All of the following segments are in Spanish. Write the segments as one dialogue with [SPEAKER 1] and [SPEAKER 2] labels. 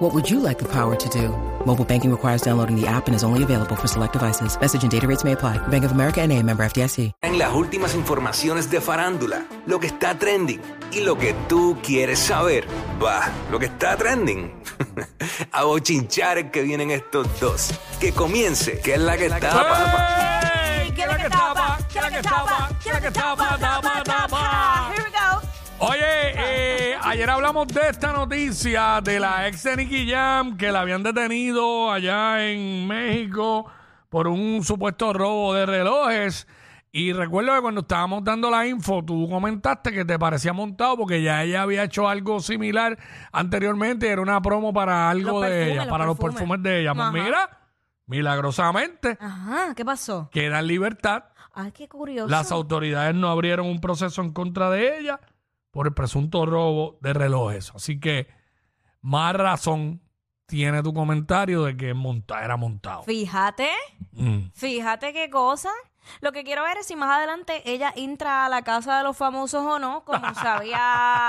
[SPEAKER 1] What would you like the power to do? Mobile banking requires downloading the app and is only available for select devices. Message and data rates may apply. Bank of America and a member FDIC.
[SPEAKER 2] En las últimas informaciones de farándula, lo que está trending y lo que tú quieres saber. Va, lo que está trending. A bochinchar que vienen estos dos. Que comience, que es la que tapa.
[SPEAKER 3] ¡Ey! ¿Quién es la que tapa? ¿Quién es la que tapa? ¿Quién es la que tapa? Tapa, tapa.
[SPEAKER 4] Here we go.
[SPEAKER 3] Oye, eh, ayer hablamos de esta noticia de la ex de Nicky Jam que la habían detenido allá en México por un supuesto robo de relojes. Y recuerdo que cuando estábamos dando la info, tú comentaste que te parecía montado porque ya ella había hecho algo similar anteriormente. Era una promo para algo
[SPEAKER 4] Los
[SPEAKER 3] de
[SPEAKER 4] perfumes,
[SPEAKER 3] ella,
[SPEAKER 4] los
[SPEAKER 3] para los
[SPEAKER 4] perfumes.
[SPEAKER 3] perfumes de ella. Pues
[SPEAKER 4] Ajá.
[SPEAKER 3] mira, milagrosamente,
[SPEAKER 4] Ajá, ¿qué pasó?
[SPEAKER 3] queda en libertad.
[SPEAKER 4] Ay, qué curioso.
[SPEAKER 3] Las autoridades no abrieron un proceso en contra de ella por el presunto robo de relojes. Así que más razón tiene tu comentario de que monta, era montado.
[SPEAKER 4] Fíjate,
[SPEAKER 3] Mm.
[SPEAKER 4] fíjate qué cosa. Lo que quiero ver es si más adelante ella entra a la casa de los famosos o no, como se había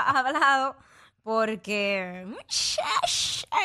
[SPEAKER 4] hablado, porque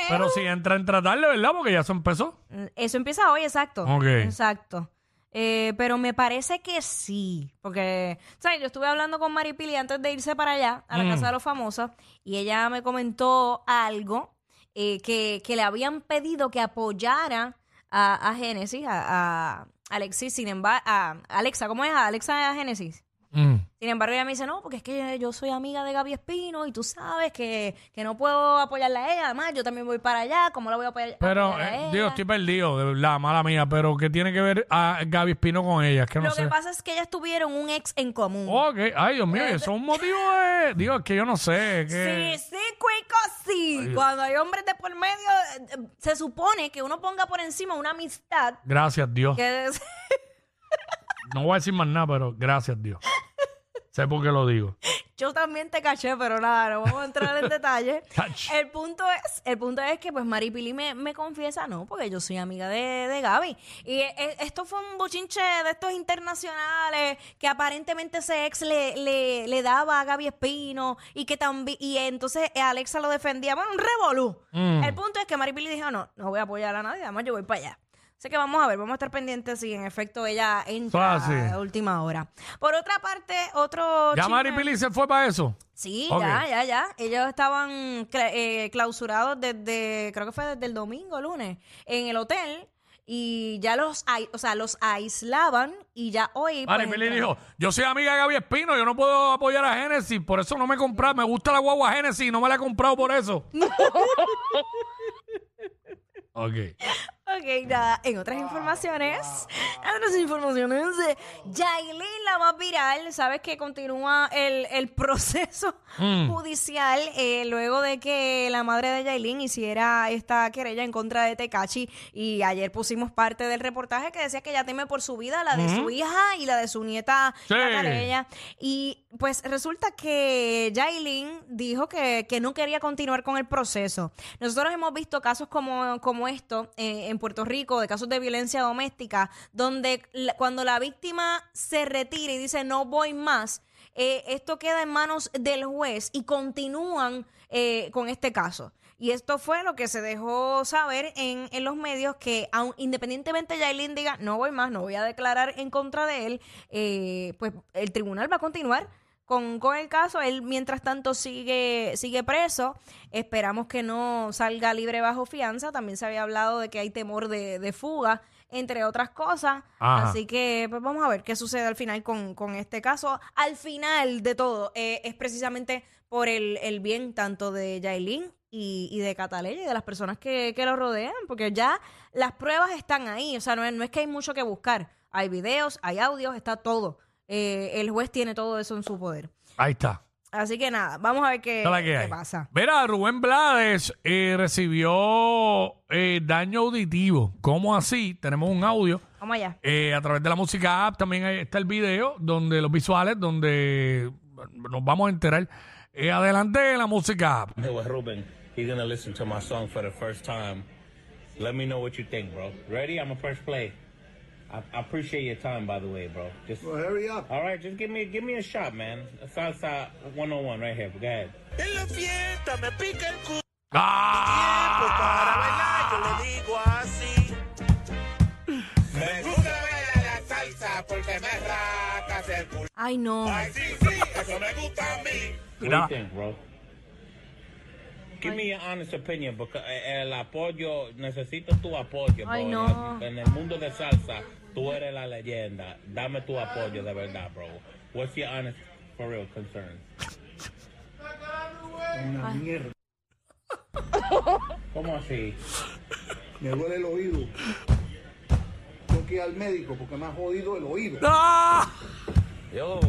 [SPEAKER 3] Pero si entra en tratarle, ¿verdad? Porque ya se empezó.
[SPEAKER 4] Mm, eso empieza hoy, exacto.
[SPEAKER 3] Ok.
[SPEAKER 4] Exacto. Eh, pero me parece que sí, porque ¿sabes? yo estuve hablando con Maripili antes de irse para allá, a la
[SPEAKER 3] Mm.
[SPEAKER 4] Casa de los Famosos, y ella me comentó algo eh, que, que le habían pedido que apoyara a, a Génesis, a, a Alexis, sin embargo, a Alexa, ¿cómo es? A Alexa Génesis.
[SPEAKER 3] Mm.
[SPEAKER 4] Sin embargo, ella me dice, no, porque es que yo soy amiga de Gaby Espino y tú sabes que, que no puedo apoyarla a ella, además yo también voy para allá, ¿cómo la voy a apoyar?
[SPEAKER 3] Pero,
[SPEAKER 4] apoyar a
[SPEAKER 3] eh,
[SPEAKER 4] ella?
[SPEAKER 3] digo, estoy perdido, de verdad, mala mía. Pero, ¿qué tiene que ver a Gaby Espino con ella? Es que no
[SPEAKER 4] Lo
[SPEAKER 3] sé. Oh,
[SPEAKER 4] que pasa es que ellas tuvieron un ex en común.
[SPEAKER 3] Ok, ay, Dios mío, eso es un motivo de. Digo, es que yo no sé. es que-
[SPEAKER 4] Sí, sí, cuico, sí. Cuando hay hombres de por medio, eh, eh, se supone que uno ponga por encima una amistad
[SPEAKER 3] Gracias, Dios.
[SPEAKER 4] que es-
[SPEAKER 3] No voy a decir más nada, pero gracias, Dios. sé por qué lo digo.
[SPEAKER 4] yo también te caché, pero nada, no vamos a entrar en detalle.
[SPEAKER 3] Cacho.
[SPEAKER 4] El punto es, el punto es que pues Mari Pili me, me confiesa, no, porque yo soy amiga de, de Gaby. Y eh, eh, esto fue un bochinche de estos internacionales que aparentemente ese ex le, le, le daba a Gaby Espino y que también, y entonces eh, Alexa lo defendía. Bueno, un revolú.
[SPEAKER 3] Mm.
[SPEAKER 4] El punto es que Mari Pili dijo, no, no voy a apoyar a nadie, además yo voy para allá. Así que vamos a ver, vamos a estar pendientes si en efecto ella entra
[SPEAKER 3] Eso es así.
[SPEAKER 4] a última hora. Por otra parte, otro
[SPEAKER 3] ¿Ya
[SPEAKER 4] chisme-
[SPEAKER 3] Mari Pili se fue para eso?
[SPEAKER 4] Sí,
[SPEAKER 3] Ok.
[SPEAKER 4] ya, ya, ya. Ellos estaban cla- eh, clausurados desde, creo que fue desde el domingo, lunes, en el hotel y ya los, ai- o sea, los aislaban y ya hoy.
[SPEAKER 3] Mari
[SPEAKER 4] pues,
[SPEAKER 3] Pili
[SPEAKER 4] entraron.
[SPEAKER 3] dijo, yo soy amiga de Gaby Espino, yo no puedo apoyar a Genesis, por eso no me he comprado, me gusta la guagua Genesis, no me la he comprado por eso. ok.
[SPEAKER 4] Ok, nada. En otras informaciones, en otras informaciones, eh, Yailin, la más viral, sabes que continúa el, el proceso
[SPEAKER 3] Mm.
[SPEAKER 4] judicial eh, luego de que la madre de Yailin hiciera esta querella en contra de Tecachi. Y ayer pusimos parte del reportaje que decía que ella teme por su vida, la de su hija y la de su nieta,
[SPEAKER 3] Sí.
[SPEAKER 4] Natalia. Y pues resulta que Jailin dijo que, que no quería continuar con el proceso. Nosotros hemos visto casos como, como esto eh, en Puerto Rico, de casos de violencia doméstica, donde la- cuando la víctima se retira y dice no voy más, eh, esto queda en manos del juez y continúan eh, con este caso. Y esto fue lo que se dejó saber en, en los medios que aun, independientemente Yailin diga, no voy más, no voy a declarar en contra de él, eh, pues el tribunal va a continuar con, con el caso. Él, mientras tanto, sigue, sigue preso. Esperamos que no salga libre bajo fianza. También se había hablado de que hay temor de, de fuga, entre otras cosas.
[SPEAKER 3] Ajá.
[SPEAKER 4] Así que pues vamos a ver qué sucede al final con, con este caso. Al final de todo, eh, es precisamente por el, el bien tanto de Yailin y, y de Cataleya y de las personas que, que lo rodean, porque ya las pruebas están ahí. O sea, no es, no es que hay mucho que buscar. Hay videos, hay audios, está todo. Eh, el juez tiene todo eso en su poder.
[SPEAKER 3] Ahí está.
[SPEAKER 4] Así que nada, vamos a ver qué,
[SPEAKER 3] Esa es la que
[SPEAKER 4] Eh, qué
[SPEAKER 3] hay.
[SPEAKER 4] pasa.
[SPEAKER 3] Verá, Rubén Blades eh, recibió eh, daño auditivo. ¿Cómo así? Tenemos un audio.
[SPEAKER 4] Vamos allá.
[SPEAKER 3] Eh, a través de la música app también ahí está el video, donde los visuales, donde nos vamos a enterar. Eh, adelante la música app.
[SPEAKER 5] Hey, with Ruben. He's gonna listen to my song for the first time. Let me know what you think, bro. Ready? I'm gonna first play. I, I appreciate your time, by the way, bro. Just
[SPEAKER 6] Well, hurry up.
[SPEAKER 5] all right. Just give me give me a shot, man. Southside 101 right here. Go ahead.
[SPEAKER 7] En la fiesta me pica el culo para
[SPEAKER 3] ¡Ah!
[SPEAKER 7] bailar, yo le digo así. Me gusta bailar la salsa porque me racas el culo.
[SPEAKER 4] Ay, no.
[SPEAKER 7] Ay, sí, sí, eso me gusta a mí.
[SPEAKER 5] What do
[SPEAKER 3] Mira.
[SPEAKER 5] you think, bro? Give me your honest opinion, porque eh, el apoyo, necesito tu apoyo, bro.
[SPEAKER 4] Ay,
[SPEAKER 5] En
[SPEAKER 4] no.
[SPEAKER 5] el- En el mundo de salsa, tú eres la leyenda. Dame tu apoyo de verdad, bro. What's your honest, for real concern?
[SPEAKER 4] Ah.
[SPEAKER 6] Una mierda.
[SPEAKER 5] ¿Cómo así?
[SPEAKER 6] Me duele el oído. Tengo que ir al médico porque me ha jodido el oído.
[SPEAKER 3] ¡Ah!
[SPEAKER 5] Yo,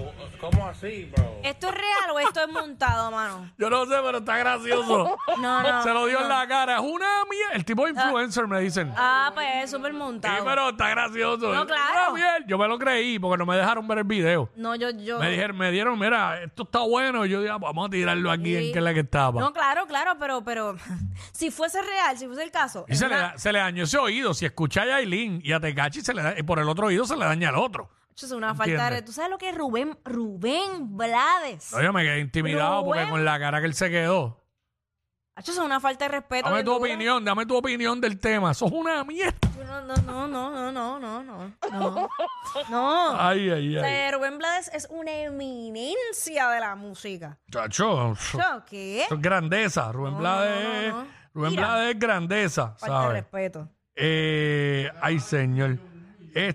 [SPEAKER 5] ¿cómo así, bro?
[SPEAKER 4] ¿Esto es real o esto es montado, mano?
[SPEAKER 3] Yo no sé, pero está gracioso.
[SPEAKER 4] No, no.
[SPEAKER 3] Se lo dio en
[SPEAKER 4] no.
[SPEAKER 3] la cara. Es una mierda. El tipo de influencer me dicen.
[SPEAKER 4] Ah, pues es súper
[SPEAKER 3] Sí,
[SPEAKER 4] montado.
[SPEAKER 3] pero está gracioso.
[SPEAKER 4] No, claro.
[SPEAKER 3] Una mierda. Yo me lo creí porque no me dejaron ver el video.
[SPEAKER 4] No, yo, yo.
[SPEAKER 3] Me dijeron, me dieron, mira, esto está bueno. Y yo dije, ah, vamos a tirarlo aquí
[SPEAKER 4] Sí.
[SPEAKER 3] en que es la que estaba.
[SPEAKER 4] No, claro, claro, pero, pero si fuese real, si fuese el caso.
[SPEAKER 3] y se le,
[SPEAKER 4] una-
[SPEAKER 3] da- se le dañó ese oído. Si escucha a Yailin y a Tecachi, se le da- y por el otro oído se le daña el otro.
[SPEAKER 4] Eso es una falta de.
[SPEAKER 3] Entiende.
[SPEAKER 4] ¿Tú sabes lo que es Rubén? Rubén Blades.
[SPEAKER 3] No, yo me quedé intimidado porque
[SPEAKER 4] Rubén.
[SPEAKER 3] con la cara que él se quedó.
[SPEAKER 4] Eso es una falta de respeto.
[SPEAKER 3] Dame
[SPEAKER 4] bien
[SPEAKER 3] tu
[SPEAKER 4] dura.
[SPEAKER 3] opinión, dame tu opinión del tema. Sos una mierda.
[SPEAKER 4] No, no, no, no, no, no, no, no. No. no.
[SPEAKER 3] Ay, ay,
[SPEAKER 4] O
[SPEAKER 3] ay.
[SPEAKER 4] sea, Rubén Blades es una eminencia de la música.
[SPEAKER 3] Chacho, eso
[SPEAKER 4] Yo, ¿Qué?
[SPEAKER 3] es grandeza. Rubén
[SPEAKER 4] No,
[SPEAKER 3] Blades
[SPEAKER 4] no, no,
[SPEAKER 3] es-
[SPEAKER 4] no.
[SPEAKER 3] Rubén
[SPEAKER 4] Mira.
[SPEAKER 3] Blades es grandeza,
[SPEAKER 4] Falta de
[SPEAKER 3] ¿sabes?
[SPEAKER 4] respeto.
[SPEAKER 3] Eh, ay, señor.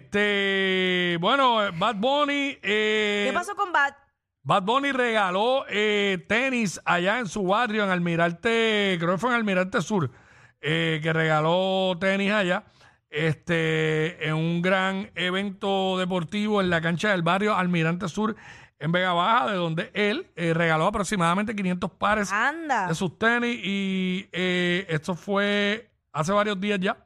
[SPEAKER 3] Este, bueno, eh, Bad Bunny. eh,
[SPEAKER 4] ¿Qué pasó con Bat?
[SPEAKER 3] Bad Bunny regaló eh, tenis allá en su barrio, en Almirante, creo que fue en Almirante Sur, eh, que regaló tenis allá, este, en un gran evento deportivo en la cancha del barrio Almirante Sur, en Vega Baja, de donde él eh, regaló aproximadamente 500 pares
[SPEAKER 4] Anda.
[SPEAKER 3] de sus tenis y eh, esto fue hace varios días ya.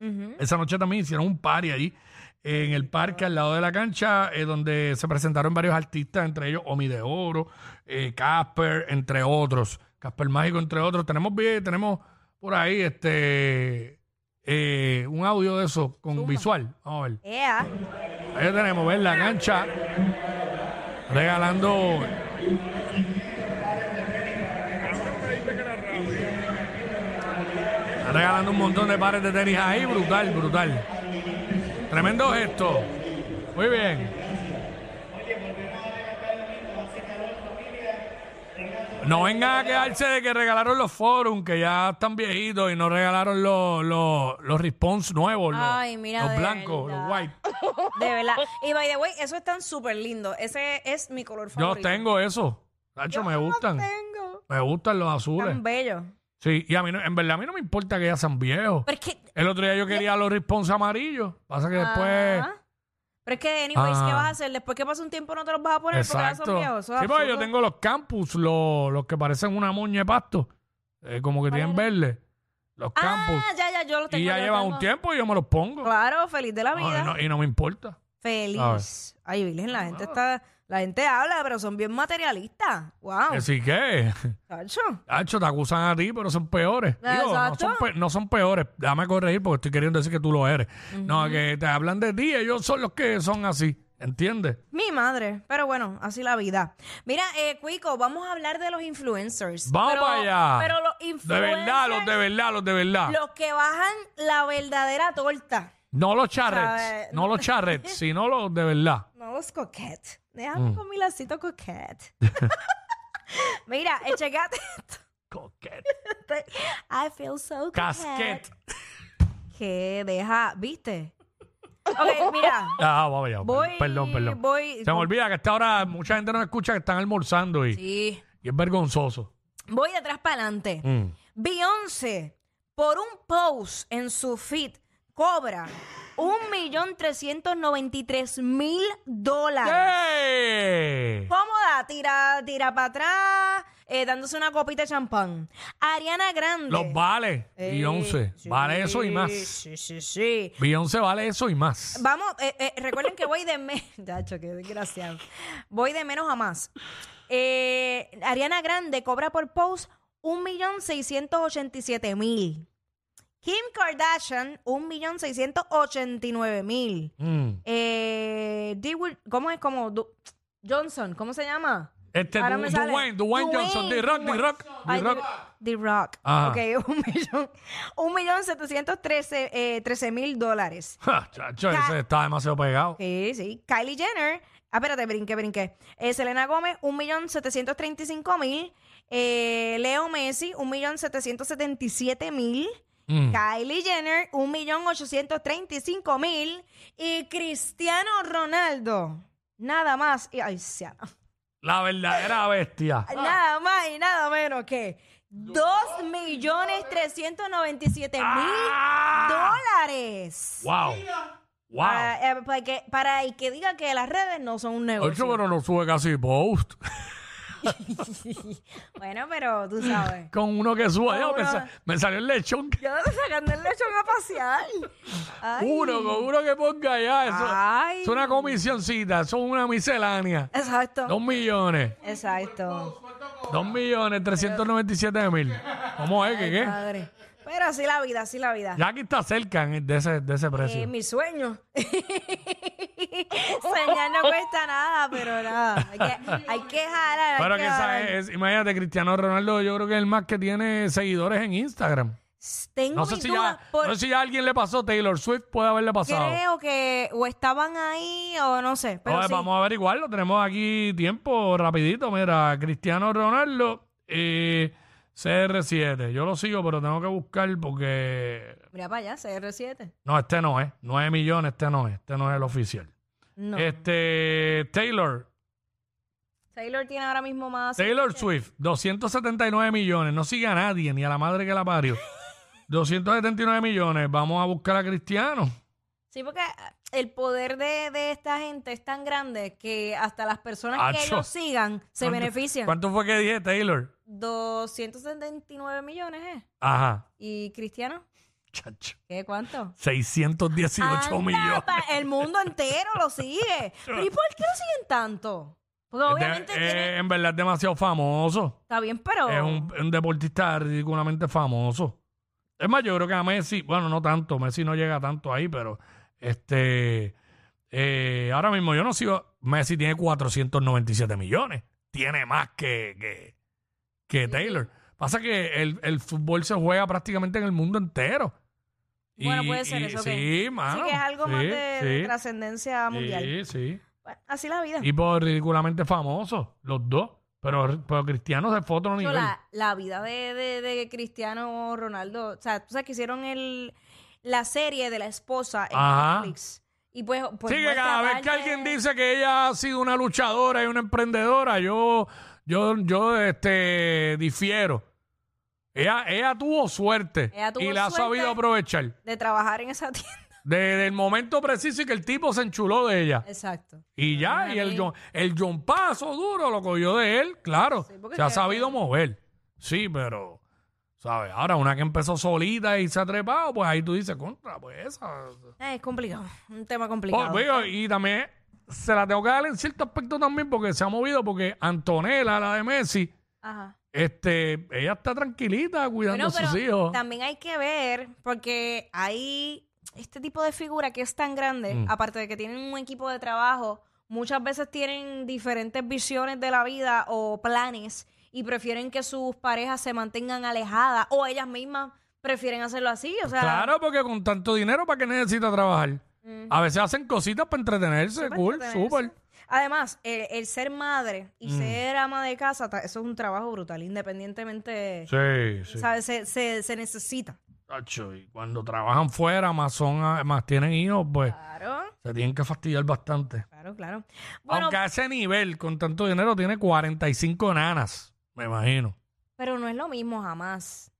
[SPEAKER 4] Ujú.
[SPEAKER 3] Esa noche también hicieron un party ahí eh, en el parque al lado de la cancha, eh, donde se presentaron varios artistas, entre ellos Omi de Oro, eh, Casper, entre otros. Casper Mágico, entre otros. Tenemos bien, tenemos por ahí este eh, un audio de eso con visual. Vamos a ver.
[SPEAKER 4] Ea.
[SPEAKER 3] Ahí tenemos, ver la cancha regalando. Está Regalando un montón de pares de tenis ahí, brutal, brutal. Tremendo gesto. Muy bien. No vengan a quedarse de que regalaron los forums, que ya están viejitos y no regalaron los, los, los response nuevos, los,
[SPEAKER 4] Ay, mira,
[SPEAKER 3] los
[SPEAKER 4] de
[SPEAKER 3] blancos,
[SPEAKER 4] verdad.
[SPEAKER 3] los white.
[SPEAKER 4] De verdad. Y by the way, eso están súper lindo. Ese es mi color
[SPEAKER 3] Yo los
[SPEAKER 4] favorito.
[SPEAKER 3] tengo eso. Nacho, me gustan.
[SPEAKER 4] Los tengo.
[SPEAKER 3] Me gustan los azules.
[SPEAKER 4] Tan bello.
[SPEAKER 3] Sí, y a mí no- en verdad a mí no me importa que ya sean viejos.
[SPEAKER 4] Pero es que,
[SPEAKER 3] El otro día yo quería los response amarillos. Pasa que después.
[SPEAKER 4] Ajá. Ah. Pero es que, anyways, ¿qué
[SPEAKER 3] Ah.
[SPEAKER 4] vas a hacer? Después que pasa un tiempo no te los vas a poner porque
[SPEAKER 3] Exacto.
[SPEAKER 4] ya son viejos. Eso es
[SPEAKER 3] sí, porque yo
[SPEAKER 4] absurdo.
[SPEAKER 3] tengo los campus, los, los que parecen una moña de pasto. eh, como que tienen verde. Los campus.
[SPEAKER 4] Ah, ya, ya, yo los tengo.
[SPEAKER 3] y ya
[SPEAKER 4] yo los
[SPEAKER 3] lleva
[SPEAKER 4] tengo.
[SPEAKER 3] un tiempo y yo me los pongo.
[SPEAKER 4] Claro, feliz de la
[SPEAKER 3] No, y Ah.
[SPEAKER 4] vida.
[SPEAKER 3] no- y no me importa.
[SPEAKER 4] Feliz. Ay, Virgen, la gente está... La gente habla, pero son bien materialistas. Wow.
[SPEAKER 3] Así que.
[SPEAKER 4] Chacho.
[SPEAKER 3] Hacho, te acusan a ti, pero son peores. Digo, no,
[SPEAKER 4] Exacto.
[SPEAKER 3] son pe- no son peores. Déjame corregir porque estoy queriendo decir que tú lo eres. No, que te hablan de ti, ellos son los que son así. ¿Entiendes?
[SPEAKER 4] Mi madre. Pero bueno, así la vida. Mira, eh, Cuico, vamos a hablar de los influencers.
[SPEAKER 3] Vamos
[SPEAKER 4] Pero-
[SPEAKER 3] para allá.
[SPEAKER 4] Pero los
[SPEAKER 3] De
[SPEAKER 4] influencers...
[SPEAKER 3] verdad, los de verdad, los de verdad.
[SPEAKER 4] Los que bajan la verdadera torta.
[SPEAKER 3] no los charrets.
[SPEAKER 4] ¿Sabes?
[SPEAKER 3] No los charrets, sino los de verdad.
[SPEAKER 4] No los coquettes. Déjame
[SPEAKER 3] Mm.
[SPEAKER 4] con mi lacito coquette. Mira, eh, checate esto.
[SPEAKER 3] Coquet.
[SPEAKER 4] I feel so coquette.
[SPEAKER 3] Casquet.
[SPEAKER 4] Que deja, ¿viste? Ok, mira.
[SPEAKER 3] Ah, vamos allá.
[SPEAKER 4] Voy-
[SPEAKER 3] perdón, perdón.
[SPEAKER 4] voy-
[SPEAKER 3] Se me olvida que hasta ahora mucha gente nos escucha que están almorzando y,
[SPEAKER 4] Sí.
[SPEAKER 3] y es vergonzoso.
[SPEAKER 4] Voy de atrás para adelante.
[SPEAKER 3] Mm.
[SPEAKER 4] Beyoncé, por un post en su feed, cobra 1.393.000 dólares.
[SPEAKER 3] ¡Ey!
[SPEAKER 4] Cómoda, tira, tira para atrás, eh, dándose una copita de champán. Ariana Grande.
[SPEAKER 3] Los vale. Beyoncé.
[SPEAKER 4] Sí,
[SPEAKER 3] Vale eso y más.
[SPEAKER 4] Sí, sí, sí.
[SPEAKER 3] Beyoncé vale eso y más.
[SPEAKER 4] Vamos, eh, eh, recuerden que voy de menos. qué desgraciado. Voy de menos a más. Eh, Ariana Grande cobra por post 1.687.000. Kim Kardashian, 1.689.000.
[SPEAKER 3] Mm.
[SPEAKER 4] Eh, Dewey- ¿Cómo es? Como Du- Johnson, ¿cómo se llama?
[SPEAKER 3] Este,
[SPEAKER 4] Ahora
[SPEAKER 3] Du-
[SPEAKER 4] me sale.
[SPEAKER 3] Dwayne, Dwayne Johnson, D-Rock,
[SPEAKER 4] Dwayne.
[SPEAKER 3] D-Rock,
[SPEAKER 4] Ay,
[SPEAKER 3] D-Rock.
[SPEAKER 4] D- D-Rock.
[SPEAKER 3] Ajá.
[SPEAKER 4] Ok, un millón, un millón setecientos trece, eh, trece mil dólares.
[SPEAKER 3] Ja, chacho,
[SPEAKER 4] Ca-
[SPEAKER 3] ese está demasiado pegado.
[SPEAKER 4] Sí, sí. Kylie Jenner. Ah, espérate, brinqué, brinqué. Eh, Selena Gómez, 1.735.000. Eh, Leo Messi, 1.777.000.
[SPEAKER 3] Mm.
[SPEAKER 4] Kylie Jenner, 1.835.000. Y Cristiano Ronaldo, nada más. y- ay, sea,
[SPEAKER 3] La verdadera bestia.
[SPEAKER 4] Nada más y nada menos que 2.397.000
[SPEAKER 3] Ah.
[SPEAKER 4] dólares.
[SPEAKER 3] Wow. Wow.
[SPEAKER 4] Para, eh, para que, para el que diga que las redes no son un negocio.
[SPEAKER 3] Ocho, pero no sube casi post.
[SPEAKER 4] bueno, pero tú sabes.
[SPEAKER 3] Con uno que suba.
[SPEAKER 4] Con
[SPEAKER 3] ya, me,
[SPEAKER 4] uno-
[SPEAKER 3] sa- me salió el lechón.
[SPEAKER 4] Yo sacando el lechón a pasear. Ay.
[SPEAKER 3] Uno, con uno que ponga ya. Eso
[SPEAKER 4] Ay.
[SPEAKER 3] es una comisioncita, eso es una miscelánea.
[SPEAKER 4] Exacto.
[SPEAKER 3] Dos millones.
[SPEAKER 4] Exacto.
[SPEAKER 3] Dos millones trescientos noventa y siete mil. ¿Cómo es que qué?
[SPEAKER 4] Padre. Pero así la vida, así la vida.
[SPEAKER 3] Ya aquí está cerca en- de ese, de ese
[SPEAKER 4] Eh,
[SPEAKER 3] precio.
[SPEAKER 4] mi sueño. Soñar no cuesta nada, pero nada. Hay que, hay que jalar. hay
[SPEAKER 3] Pero que esa
[SPEAKER 4] jalar.
[SPEAKER 3] es, imagínate, Cristiano Ronaldo, yo creo que es el más que tiene seguidores en Instagram.
[SPEAKER 4] Tengo
[SPEAKER 3] No sé,
[SPEAKER 4] mis
[SPEAKER 3] si
[SPEAKER 4] dudas
[SPEAKER 3] ya,
[SPEAKER 4] por-
[SPEAKER 3] no sé si ya a alguien le pasó, Taylor Swift puede haberle pasado.
[SPEAKER 4] Creo que o estaban ahí o no sé. Pero
[SPEAKER 3] Oye,
[SPEAKER 4] sí.
[SPEAKER 3] Vamos a averiguarlo, tenemos aquí tiempo rapidito. Mira, Cristiano Ronaldo, eh, CR7. Yo lo sigo, pero tengo que buscar porque...
[SPEAKER 4] Mira para allá, CR7.
[SPEAKER 3] No, este no es. 9 millones, este no es. Este no es el oficial.
[SPEAKER 4] No.
[SPEAKER 3] Este, Taylor,
[SPEAKER 4] Taylor tiene ahora mismo más.
[SPEAKER 3] Taylor Swift, 279 millones. No sigue a nadie, ni a la madre que la parió. 279 millones. Vamos a buscar a Cristiano.
[SPEAKER 4] Sí, porque el poder de, de esta gente es tan grande que hasta las personas que
[SPEAKER 3] Acho.
[SPEAKER 4] ellos sigan se
[SPEAKER 3] ¿Cuánto-
[SPEAKER 4] benefician.
[SPEAKER 3] ¿Cuánto fue que dije, Taylor?
[SPEAKER 4] 279 millones, ¿eh?
[SPEAKER 3] Ajá.
[SPEAKER 4] ¿Y Cristiano?
[SPEAKER 3] Chacho.
[SPEAKER 4] ¿Qué? ¿Cuánto?
[SPEAKER 3] 618
[SPEAKER 4] Anda,
[SPEAKER 3] millones.
[SPEAKER 4] pa- el mundo entero lo sigue. ¿Pero y por qué lo siguen tanto? Porque obviamente
[SPEAKER 3] Es de-
[SPEAKER 4] tiene-
[SPEAKER 3] eh, en verdad es demasiado famoso.
[SPEAKER 4] está bien, pero...
[SPEAKER 3] Es un, un deportista ridículamente famoso. Es más, yo creo que a Messi, bueno, no tanto, Messi no llega tanto ahí, pero este eh, ahora mismo yo no sigo. Messi tiene 497 millones. Tiene más que, que, que Taylor. Pasa que el, el fútbol se juega prácticamente en el mundo entero.
[SPEAKER 4] Bueno, puede ser eso,
[SPEAKER 3] Sí,
[SPEAKER 4] que-
[SPEAKER 3] mano,
[SPEAKER 4] sí, que es algo más
[SPEAKER 3] ah, sí,
[SPEAKER 4] de, de
[SPEAKER 3] sí,
[SPEAKER 4] trascendencia mundial.
[SPEAKER 3] Sí, sí.
[SPEAKER 4] Bueno, así la vida.
[SPEAKER 3] Y por ridículamente famosos, los dos. Pero, pero cristianos de foto no
[SPEAKER 4] Yo,
[SPEAKER 3] nivel.
[SPEAKER 4] la, la vida de, de- de Cristiano Ronaldo. O sea, tú sabes que hicieron el, la serie de la esposa en
[SPEAKER 3] Ajá.
[SPEAKER 4] Netflix. Y pues, pues
[SPEAKER 3] sí, que
[SPEAKER 4] muestra
[SPEAKER 3] cada vez
[SPEAKER 4] parte-
[SPEAKER 3] que alguien dice que ella ha sido una luchadora y una emprendedora, yo, yo, yo este, difiero. Ella, ella tuvo suerte
[SPEAKER 4] Ella tuvo
[SPEAKER 3] y la ha
[SPEAKER 4] suerte.
[SPEAKER 3] sabido aprovechar.
[SPEAKER 4] de trabajar en esa tienda.
[SPEAKER 3] Desde el momento preciso y que el tipo se enchuló de ella.
[SPEAKER 4] Exacto.
[SPEAKER 3] Y ya, y el,
[SPEAKER 4] mí.
[SPEAKER 3] jo- el John Paso duro lo cogió de él, claro.
[SPEAKER 4] porque
[SPEAKER 3] se ha
[SPEAKER 4] ustedes
[SPEAKER 3] sabido mover. Sí, pero, ¿sabes? Ahora, una que empezó solita y se ha trepado, pues ahí tú dices, contra, pues esa.
[SPEAKER 4] Eh, es complicado. Un tema
[SPEAKER 3] Oh,
[SPEAKER 4] complicado.
[SPEAKER 3] digo, y también se la tengo que dar en cierto aspecto también porque se ha movido, porque Antonella, la de Messi,
[SPEAKER 4] Ajá.
[SPEAKER 3] este, ella está tranquilita cuidando
[SPEAKER 4] Bueno,
[SPEAKER 3] a sus
[SPEAKER 4] pero
[SPEAKER 3] hijos.
[SPEAKER 4] también hay que ver, porque hay este tipo de figura que es tan grande,
[SPEAKER 3] Mm.
[SPEAKER 4] aparte de que tienen un equipo de trabajo, muchas veces tienen diferentes visiones de la vida o planes y prefieren que sus parejas se mantengan alejadas o ellas mismas prefieren hacerlo así, o sea,
[SPEAKER 3] Claro, porque con tanto dinero, ¿para qué necesita trabajar? A veces hacen cositas para entretenerse,
[SPEAKER 4] súper
[SPEAKER 3] cool,
[SPEAKER 4] entretenerse.
[SPEAKER 3] súper. Mm.
[SPEAKER 4] Además, el, el ser madre y ser ama de casa, ta- eso es un trabajo brutal, independientemente,
[SPEAKER 3] Sí, sí.
[SPEAKER 4] ¿sabes? Se, se, se necesita.
[SPEAKER 3] Tacho, y cuando trabajan fuera, más son, a- más tienen hijos, pues
[SPEAKER 4] Claro,
[SPEAKER 3] se tienen que fastidiar bastante.
[SPEAKER 4] claro, claro. Bueno,
[SPEAKER 3] Aunque a ese nivel, con tanto dinero, tiene 45 nanas, me imagino.
[SPEAKER 4] Pero no es lo mismo jamás.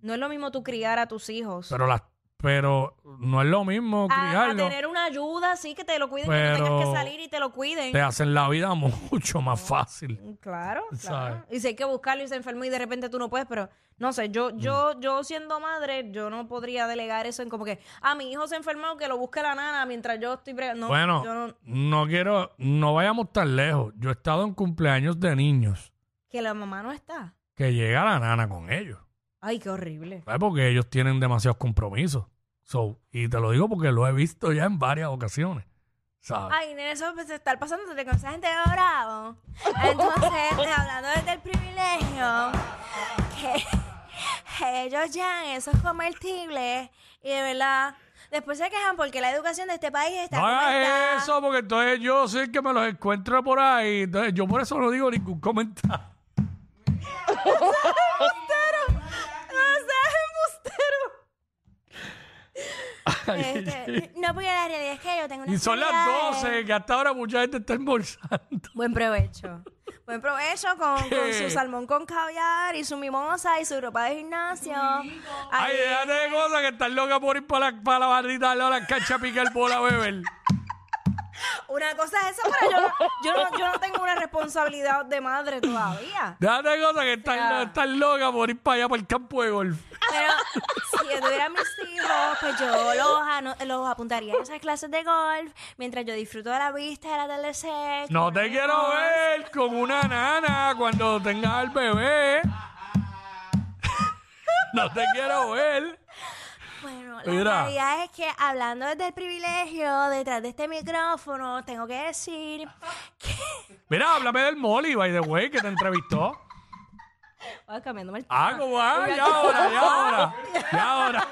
[SPEAKER 4] No es lo mismo tú criar a tus hijos.
[SPEAKER 3] Pero las, pero no es lo mismo
[SPEAKER 4] A, a
[SPEAKER 3] criarlo.
[SPEAKER 4] Ah, tener una ayuda, así que te lo cuiden, que
[SPEAKER 3] Pero-
[SPEAKER 4] no tengas que salir y te lo cuiden. Mm,
[SPEAKER 3] Te hacen la vida mucho más fácil.
[SPEAKER 4] Claro,
[SPEAKER 3] ¿Sabes?
[SPEAKER 4] claro. Y si hay que buscarlo y se enferma y de repente tú no puedes, pero no sé, yo,
[SPEAKER 3] Mm.
[SPEAKER 4] yo, yo siendo madre, yo no podría delegar eso en como que a mi hijo se enfermó que lo busque la nana mientras yo estoy bregando. No,
[SPEAKER 3] bueno,
[SPEAKER 4] yo
[SPEAKER 3] no...
[SPEAKER 4] no-
[SPEAKER 3] quiero, no vayamos tan lejos. Yo he estado en cumpleaños de niños
[SPEAKER 4] que la mamá no está.
[SPEAKER 3] que llega la nana con ellos.
[SPEAKER 4] Ay, qué horrible.
[SPEAKER 3] ¿Sabes? Porque ellos tienen demasiados compromisos. So, y te lo digo porque lo he visto ya en varias ocasiones. ¿Sabes?
[SPEAKER 4] Ay, nene, eso pues, estar pasando desde con esa gente de bravo. Entonces, pues, hablando desde el privilegio, que ellos ya en esos convertibles, y de verdad, después se quejan porque la educación de este país está
[SPEAKER 3] No
[SPEAKER 4] como está.
[SPEAKER 3] hagas eso, porque entonces yo sé que me los encuentro por ahí. Entonces yo por eso no digo ningún comentario.
[SPEAKER 4] Este, no, porque la realidad es que yo tengo una
[SPEAKER 3] Y son las 12, que hasta ahora mucha gente está embolsando.
[SPEAKER 4] Buen provecho. Buen provecho con, con
[SPEAKER 3] ¿Qué?
[SPEAKER 4] su salmón con caviar y su mimosa y su ropa de gimnasio.
[SPEAKER 3] Ay,
[SPEAKER 4] Ay,
[SPEAKER 3] déjate de cosas que estás loca por ir para la, para la barrita al lado de la cancha a picar bola a beber.
[SPEAKER 4] una cosa es eso, pero yo no, yo, no, yo no tengo una responsabilidad de madre todavía.
[SPEAKER 3] Déjate de cosas que estás,
[SPEAKER 4] Ya.
[SPEAKER 3] estás loca por ir para allá, para el campo de golf.
[SPEAKER 4] Pero si yo tuviera mis hijos, pues yo los, ano- los apuntaría en esas clases de golf mientras yo disfruto de la vista del atardecer.
[SPEAKER 3] No
[SPEAKER 4] con
[SPEAKER 3] te
[SPEAKER 4] ellos.
[SPEAKER 3] quiero ver con una nana cuando tengas al bebé. No te quiero ver.
[SPEAKER 4] Bueno,
[SPEAKER 3] Mira.
[SPEAKER 4] la realidad es que hablando desde el privilegio, detrás de este micrófono, tengo que decir que...
[SPEAKER 3] Mira, háblame del Molly, by the way, que te entrevistó.
[SPEAKER 4] Voy cambiándome el
[SPEAKER 3] Ah, ¿cómo va? Ya ahora, ya ahora. Ya ahora.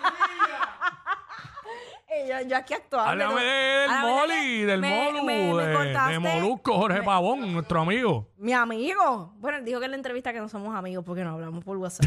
[SPEAKER 4] Eh, yo, yo aquí actuando.
[SPEAKER 3] Háblame
[SPEAKER 4] ¿no?
[SPEAKER 3] del
[SPEAKER 4] Ah, la verdad
[SPEAKER 3] Molly,
[SPEAKER 4] que
[SPEAKER 3] del
[SPEAKER 4] me-
[SPEAKER 3] Molu,
[SPEAKER 4] me- me
[SPEAKER 3] de, de
[SPEAKER 4] contaste-
[SPEAKER 3] Molusco, Jorge Pavón, nuestro amigo.
[SPEAKER 4] Mi amigo. Bueno, él dijo que en la entrevista que no somos amigos porque no hablamos por WhatsApp.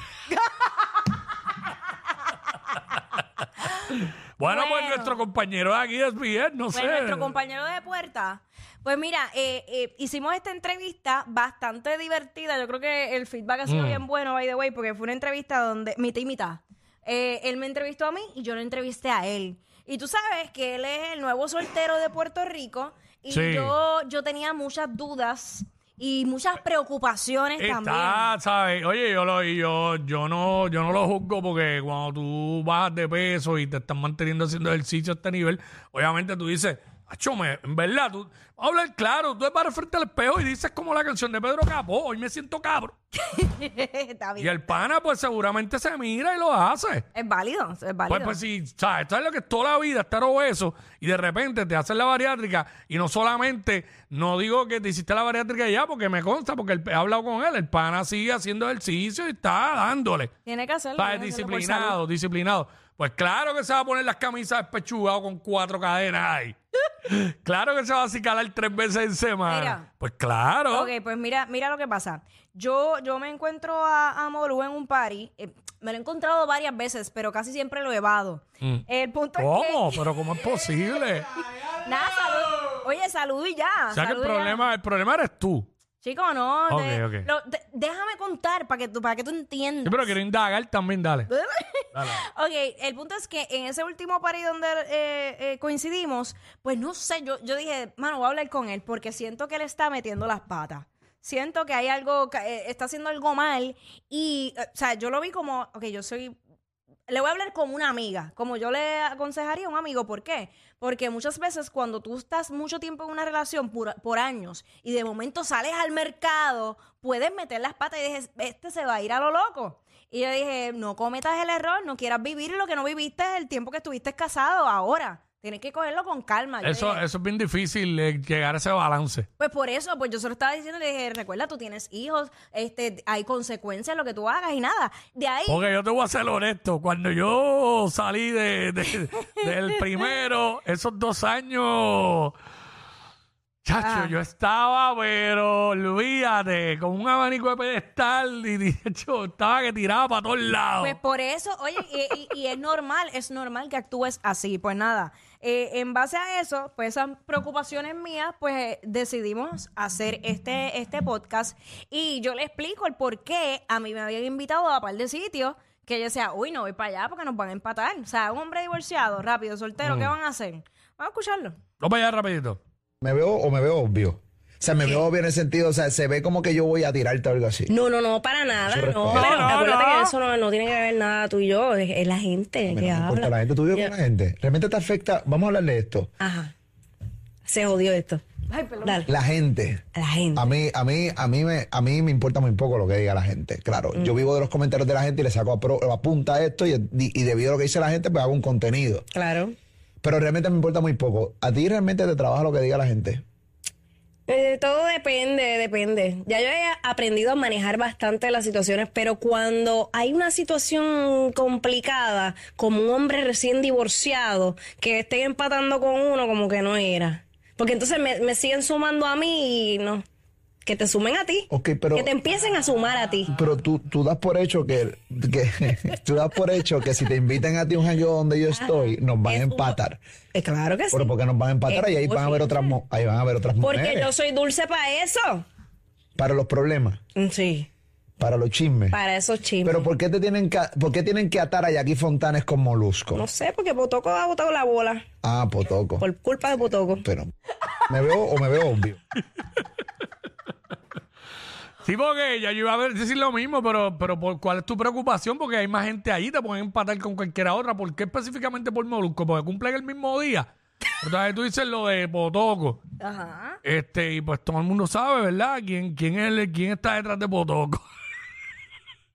[SPEAKER 3] Bueno, pues
[SPEAKER 4] Bueno.
[SPEAKER 3] nuestro compañero de aquí es bien, no
[SPEAKER 4] Pues
[SPEAKER 3] sé.
[SPEAKER 4] nuestro compañero de puerta. Pues mira, eh, eh, hicimos esta entrevista bastante divertida. Yo creo que el feedback ha sido
[SPEAKER 3] Mm.
[SPEAKER 4] bien bueno, by the way, porque fue una entrevista donde mitad y mitad. Eh, él me entrevistó a mí y yo lo entrevisté a él. Y tú sabes que él es el nuevo soltero de Puerto Rico y
[SPEAKER 3] Sí.
[SPEAKER 4] yo, yo tenía muchas dudas y muchas preocupaciones también.
[SPEAKER 3] Está, ¿sabes? Oye, yo, lo, y yo, yo, no, yo no lo juzgo porque cuando tú bajas de peso y te estás manteniendo haciendo ejercicio a este nivel, obviamente tú dices, "Acho, me en verdad, tú, vamos a hablar claro, tú te paras frente al espejo y dices como la canción de Pedro Capó, hoy me siento cabro.
[SPEAKER 4] Está
[SPEAKER 3] Y
[SPEAKER 4] bien.
[SPEAKER 3] el pana, pues seguramente se mira y lo hace.
[SPEAKER 4] Es válido, es válido.
[SPEAKER 3] Pues, pues sí, ¿sabes? Esto es lo que es toda la vida, estar obeso, y de repente te hacen la bariátrica, y no solamente, no digo que te hiciste la bariátrica ya, porque me consta, porque el- he hablado con él, el pana sigue haciendo ejercicio y está dándole.
[SPEAKER 4] Tiene que hacerlo.
[SPEAKER 3] ¿Sabes?
[SPEAKER 4] tiene que hacerlo por salud.
[SPEAKER 3] Disciplinado, disciplinado. Pues claro que se va a poner las camisas despechugado con cuatro cadenas ahí. claro que se va a acicalar tres veces en semana.
[SPEAKER 4] Mira.
[SPEAKER 3] Pues claro.
[SPEAKER 4] Ok, pues mira, mira lo que pasa. Yo, yo me encuentro a, a Molu en un party. eh, me lo he encontrado varias veces, pero casi siempre lo evado. El punto
[SPEAKER 3] Mm. ¿Cómo?
[SPEAKER 4] es
[SPEAKER 3] ¿Pero cómo es posible?
[SPEAKER 4] que... Nada, salud. Oye, salud y ya.
[SPEAKER 3] o sea que el
[SPEAKER 4] salud y ya.
[SPEAKER 3] problema, el problema eres tú.
[SPEAKER 4] Chico, no.
[SPEAKER 3] Ok,
[SPEAKER 4] de-
[SPEAKER 3] ok.
[SPEAKER 4] lo- de- déjame contar para que tú, para que tú entiendas.
[SPEAKER 3] Sí, pero quiero indagar también, dale.
[SPEAKER 4] Ok, el punto es que en ese último party donde eh, eh, coincidimos, pues no sé, yo, yo dije, mano, voy a hablar con él porque siento que él está metiendo las patas. Siento que hay algo, que, eh, está haciendo algo mal y, eh, o sea, yo lo vi como, ok, yo soy le voy a hablar como una amiga, como yo le aconsejaría a un amigo. ¿Por qué? Porque muchas veces cuando tú estás mucho tiempo en una relación por, por años y de momento sales al mercado, puedes meter las patas y dices, este se va a ir a lo loco. Y yo dije, no cometas el error, no quieras vivir lo que no viviste el tiempo que estuviste casado ahora. Tienes que cogerlo con calma. Yo
[SPEAKER 3] Eso,
[SPEAKER 4] dije,
[SPEAKER 3] eso es bien difícil eh, llegar a ese balance.
[SPEAKER 4] pues por eso, pues yo se lo estaba diciendo, le dije, recuerda, tú tienes hijos, este, hay consecuencias en lo que tú hagas y nada. De ahí
[SPEAKER 3] Porque yo te voy a ser honesto, cuando yo salí de, de- del primero, esos dos años, chacho,
[SPEAKER 4] Ah.
[SPEAKER 3] yo estaba, pero olvídate, con un abanico de pedestal y de hecho estaba que tiraba para todos lados.
[SPEAKER 4] Pues por eso, oye, y, y- y es normal, es normal que actúes así. Pues nada, eh, en base a eso, pues esas preocupaciones mías, pues eh, decidimos hacer este, este podcast y yo le explico el por qué a mí me habían invitado a un par de sitios que yo decía, uy, no voy para allá porque nos van a empatar. O sea, un hombre divorciado, rápido, soltero,
[SPEAKER 8] Mm.
[SPEAKER 4] ¿qué van a hacer? Vamos a escucharlo.
[SPEAKER 3] Vamos para allá rapidito.
[SPEAKER 9] ¿Me veo o me veo obvio? O sea, me veo obvio en el sentido, o sea, se ve como que yo voy a tirarte o algo así.
[SPEAKER 8] No, no, no, para nada.
[SPEAKER 9] Mucho
[SPEAKER 8] No,
[SPEAKER 9] respeto.
[SPEAKER 8] pero
[SPEAKER 3] No, no,
[SPEAKER 8] acuérdate
[SPEAKER 3] no.
[SPEAKER 8] que eso no, no tiene que ver nada tú y yo. Es, es la gente
[SPEAKER 9] Me
[SPEAKER 8] que
[SPEAKER 9] no me importa
[SPEAKER 8] habla.
[SPEAKER 9] la gente, tú vives
[SPEAKER 8] Yo-
[SPEAKER 9] con la gente. Realmente te afecta, vamos a hablar de esto.
[SPEAKER 8] Ajá. Se jodió esto.
[SPEAKER 4] Ay, perdón.
[SPEAKER 8] Dale.
[SPEAKER 9] La gente.
[SPEAKER 8] La gente.
[SPEAKER 9] A mí, a mí, a mí me, a mí me importa muy poco lo que diga la gente. Claro, yo
[SPEAKER 8] Mm.
[SPEAKER 9] vivo de los comentarios de la gente y le saco a, pro- a punta a esto y, y debido a lo que dice la gente, pues hago un contenido.
[SPEAKER 8] Claro.
[SPEAKER 9] Pero realmente me importa muy poco. ¿A ti realmente te trabaja lo que diga la gente?
[SPEAKER 8] Eh, todo depende, depende. Ya yo he aprendido a manejar bastante las situaciones, pero cuando hay una situación complicada, como un hombre recién divorciado, que esté empatando con uno, como que no era. Porque entonces me, me siguen sumando a mí y no. Que te sumen a ti.
[SPEAKER 9] Ok, pero-
[SPEAKER 8] Que te empiecen a sumar a ti.
[SPEAKER 9] Pero tú, tú das por hecho que, que- tú das por hecho que si te invitan a ti a un jangueo donde yo estoy, nos van a
[SPEAKER 8] Es un-
[SPEAKER 9] empatar.
[SPEAKER 8] Eh, claro que sí.
[SPEAKER 9] Pero porque nos van a empatar
[SPEAKER 8] Eh,
[SPEAKER 9] y ahí van a haber otras mu- ahí van a haber otras
[SPEAKER 8] Porque
[SPEAKER 9] mujeres.
[SPEAKER 8] yo soy dulce para eso.
[SPEAKER 9] Para los problemas,
[SPEAKER 8] Mm, Sí,
[SPEAKER 9] para los chismes.
[SPEAKER 8] para esos chismes.
[SPEAKER 9] Pero ¿por qué te tienen que, por qué tienen que atar a Jackie Fontanes con Molusco?
[SPEAKER 8] No sé, porque Potoco ha botado la bola.
[SPEAKER 9] Ah, Potoco.
[SPEAKER 8] Por culpa de Potoco.
[SPEAKER 9] Pero me veo o me veo obvio.
[SPEAKER 3] Sí, porque ya yo iba a decir lo mismo, pero, pero ¿por ¿cuál es tu preocupación? Porque hay más gente allí, te pueden empatar con cualquiera otra. ¿Por qué específicamente por Molusco? Porque cumplen el mismo día. Entonces tú dices lo de Potoco.
[SPEAKER 4] Ajá.
[SPEAKER 3] Este, y pues todo el mundo sabe, ¿verdad? ¿Quién, quién, es el- quién está detrás de Potoco?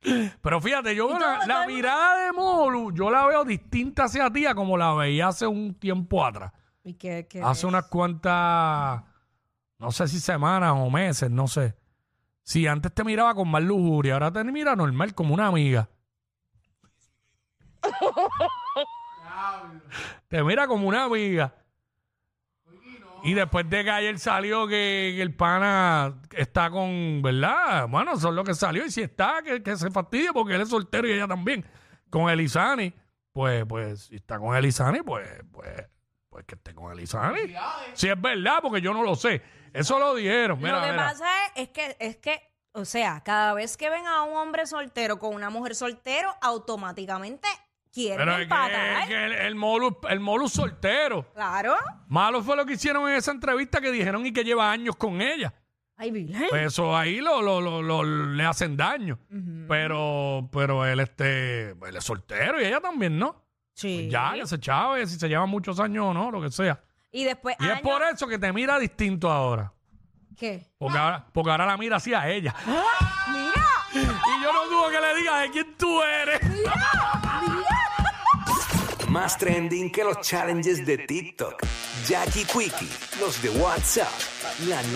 [SPEAKER 3] Pero fíjate, yo la, la mirada de Molu, yo la veo distinta hacia ti a como la veía hace un tiempo atrás.
[SPEAKER 4] ¿Y qué, qué?
[SPEAKER 3] Hace unas cuantas, no sé si semanas o meses, no sé. Si antes te miraba con más lujuria, ahora te mira normal como una amiga. te mira como una amiga. Y después de que ayer salió que, que el pana está con, ¿verdad? Bueno, eso es lo que salió. Y si está, que, que se fastidie porque él es soltero y ella también. Con Elizani, pues, pues, si está con Elizani, pues, pues, pues que esté con Elizani. Si es verdad, porque yo no lo sé. Eso lo dijeron. Mira,
[SPEAKER 4] lo que
[SPEAKER 3] mira.
[SPEAKER 4] pasa es, es que, es que, o sea, cada vez que ven a un hombre soltero con una mujer soltero, automáticamente quieren
[SPEAKER 3] Pero es que,
[SPEAKER 4] empatar.
[SPEAKER 3] es que el, el Molu, el Molu soltero.
[SPEAKER 4] Claro.
[SPEAKER 3] Malo fue lo que hicieron en esa entrevista que dijeron y que lleva años con ella.
[SPEAKER 4] Ay, Virgen.
[SPEAKER 3] Pues eso ahí lo, lo, lo, lo- le hacen daño. Pero, pero él este, él es soltero y ella también, ¿no? Pues
[SPEAKER 4] Sí.
[SPEAKER 3] Ya, que se chave, si se llevan muchos años o no, lo que sea.
[SPEAKER 4] Y después.
[SPEAKER 3] Y es
[SPEAKER 4] años-
[SPEAKER 3] por e- eso que te mira distinto ahora.
[SPEAKER 4] ¿Qué?
[SPEAKER 3] Porque ahora, porque ahora la mira así a ella.
[SPEAKER 4] ¡Mira!
[SPEAKER 3] Y yo no dudo que le digas de quién tú eres.
[SPEAKER 2] Más trending que los challenges de TikTok. Jackie Quickie, los de WhatsApp, la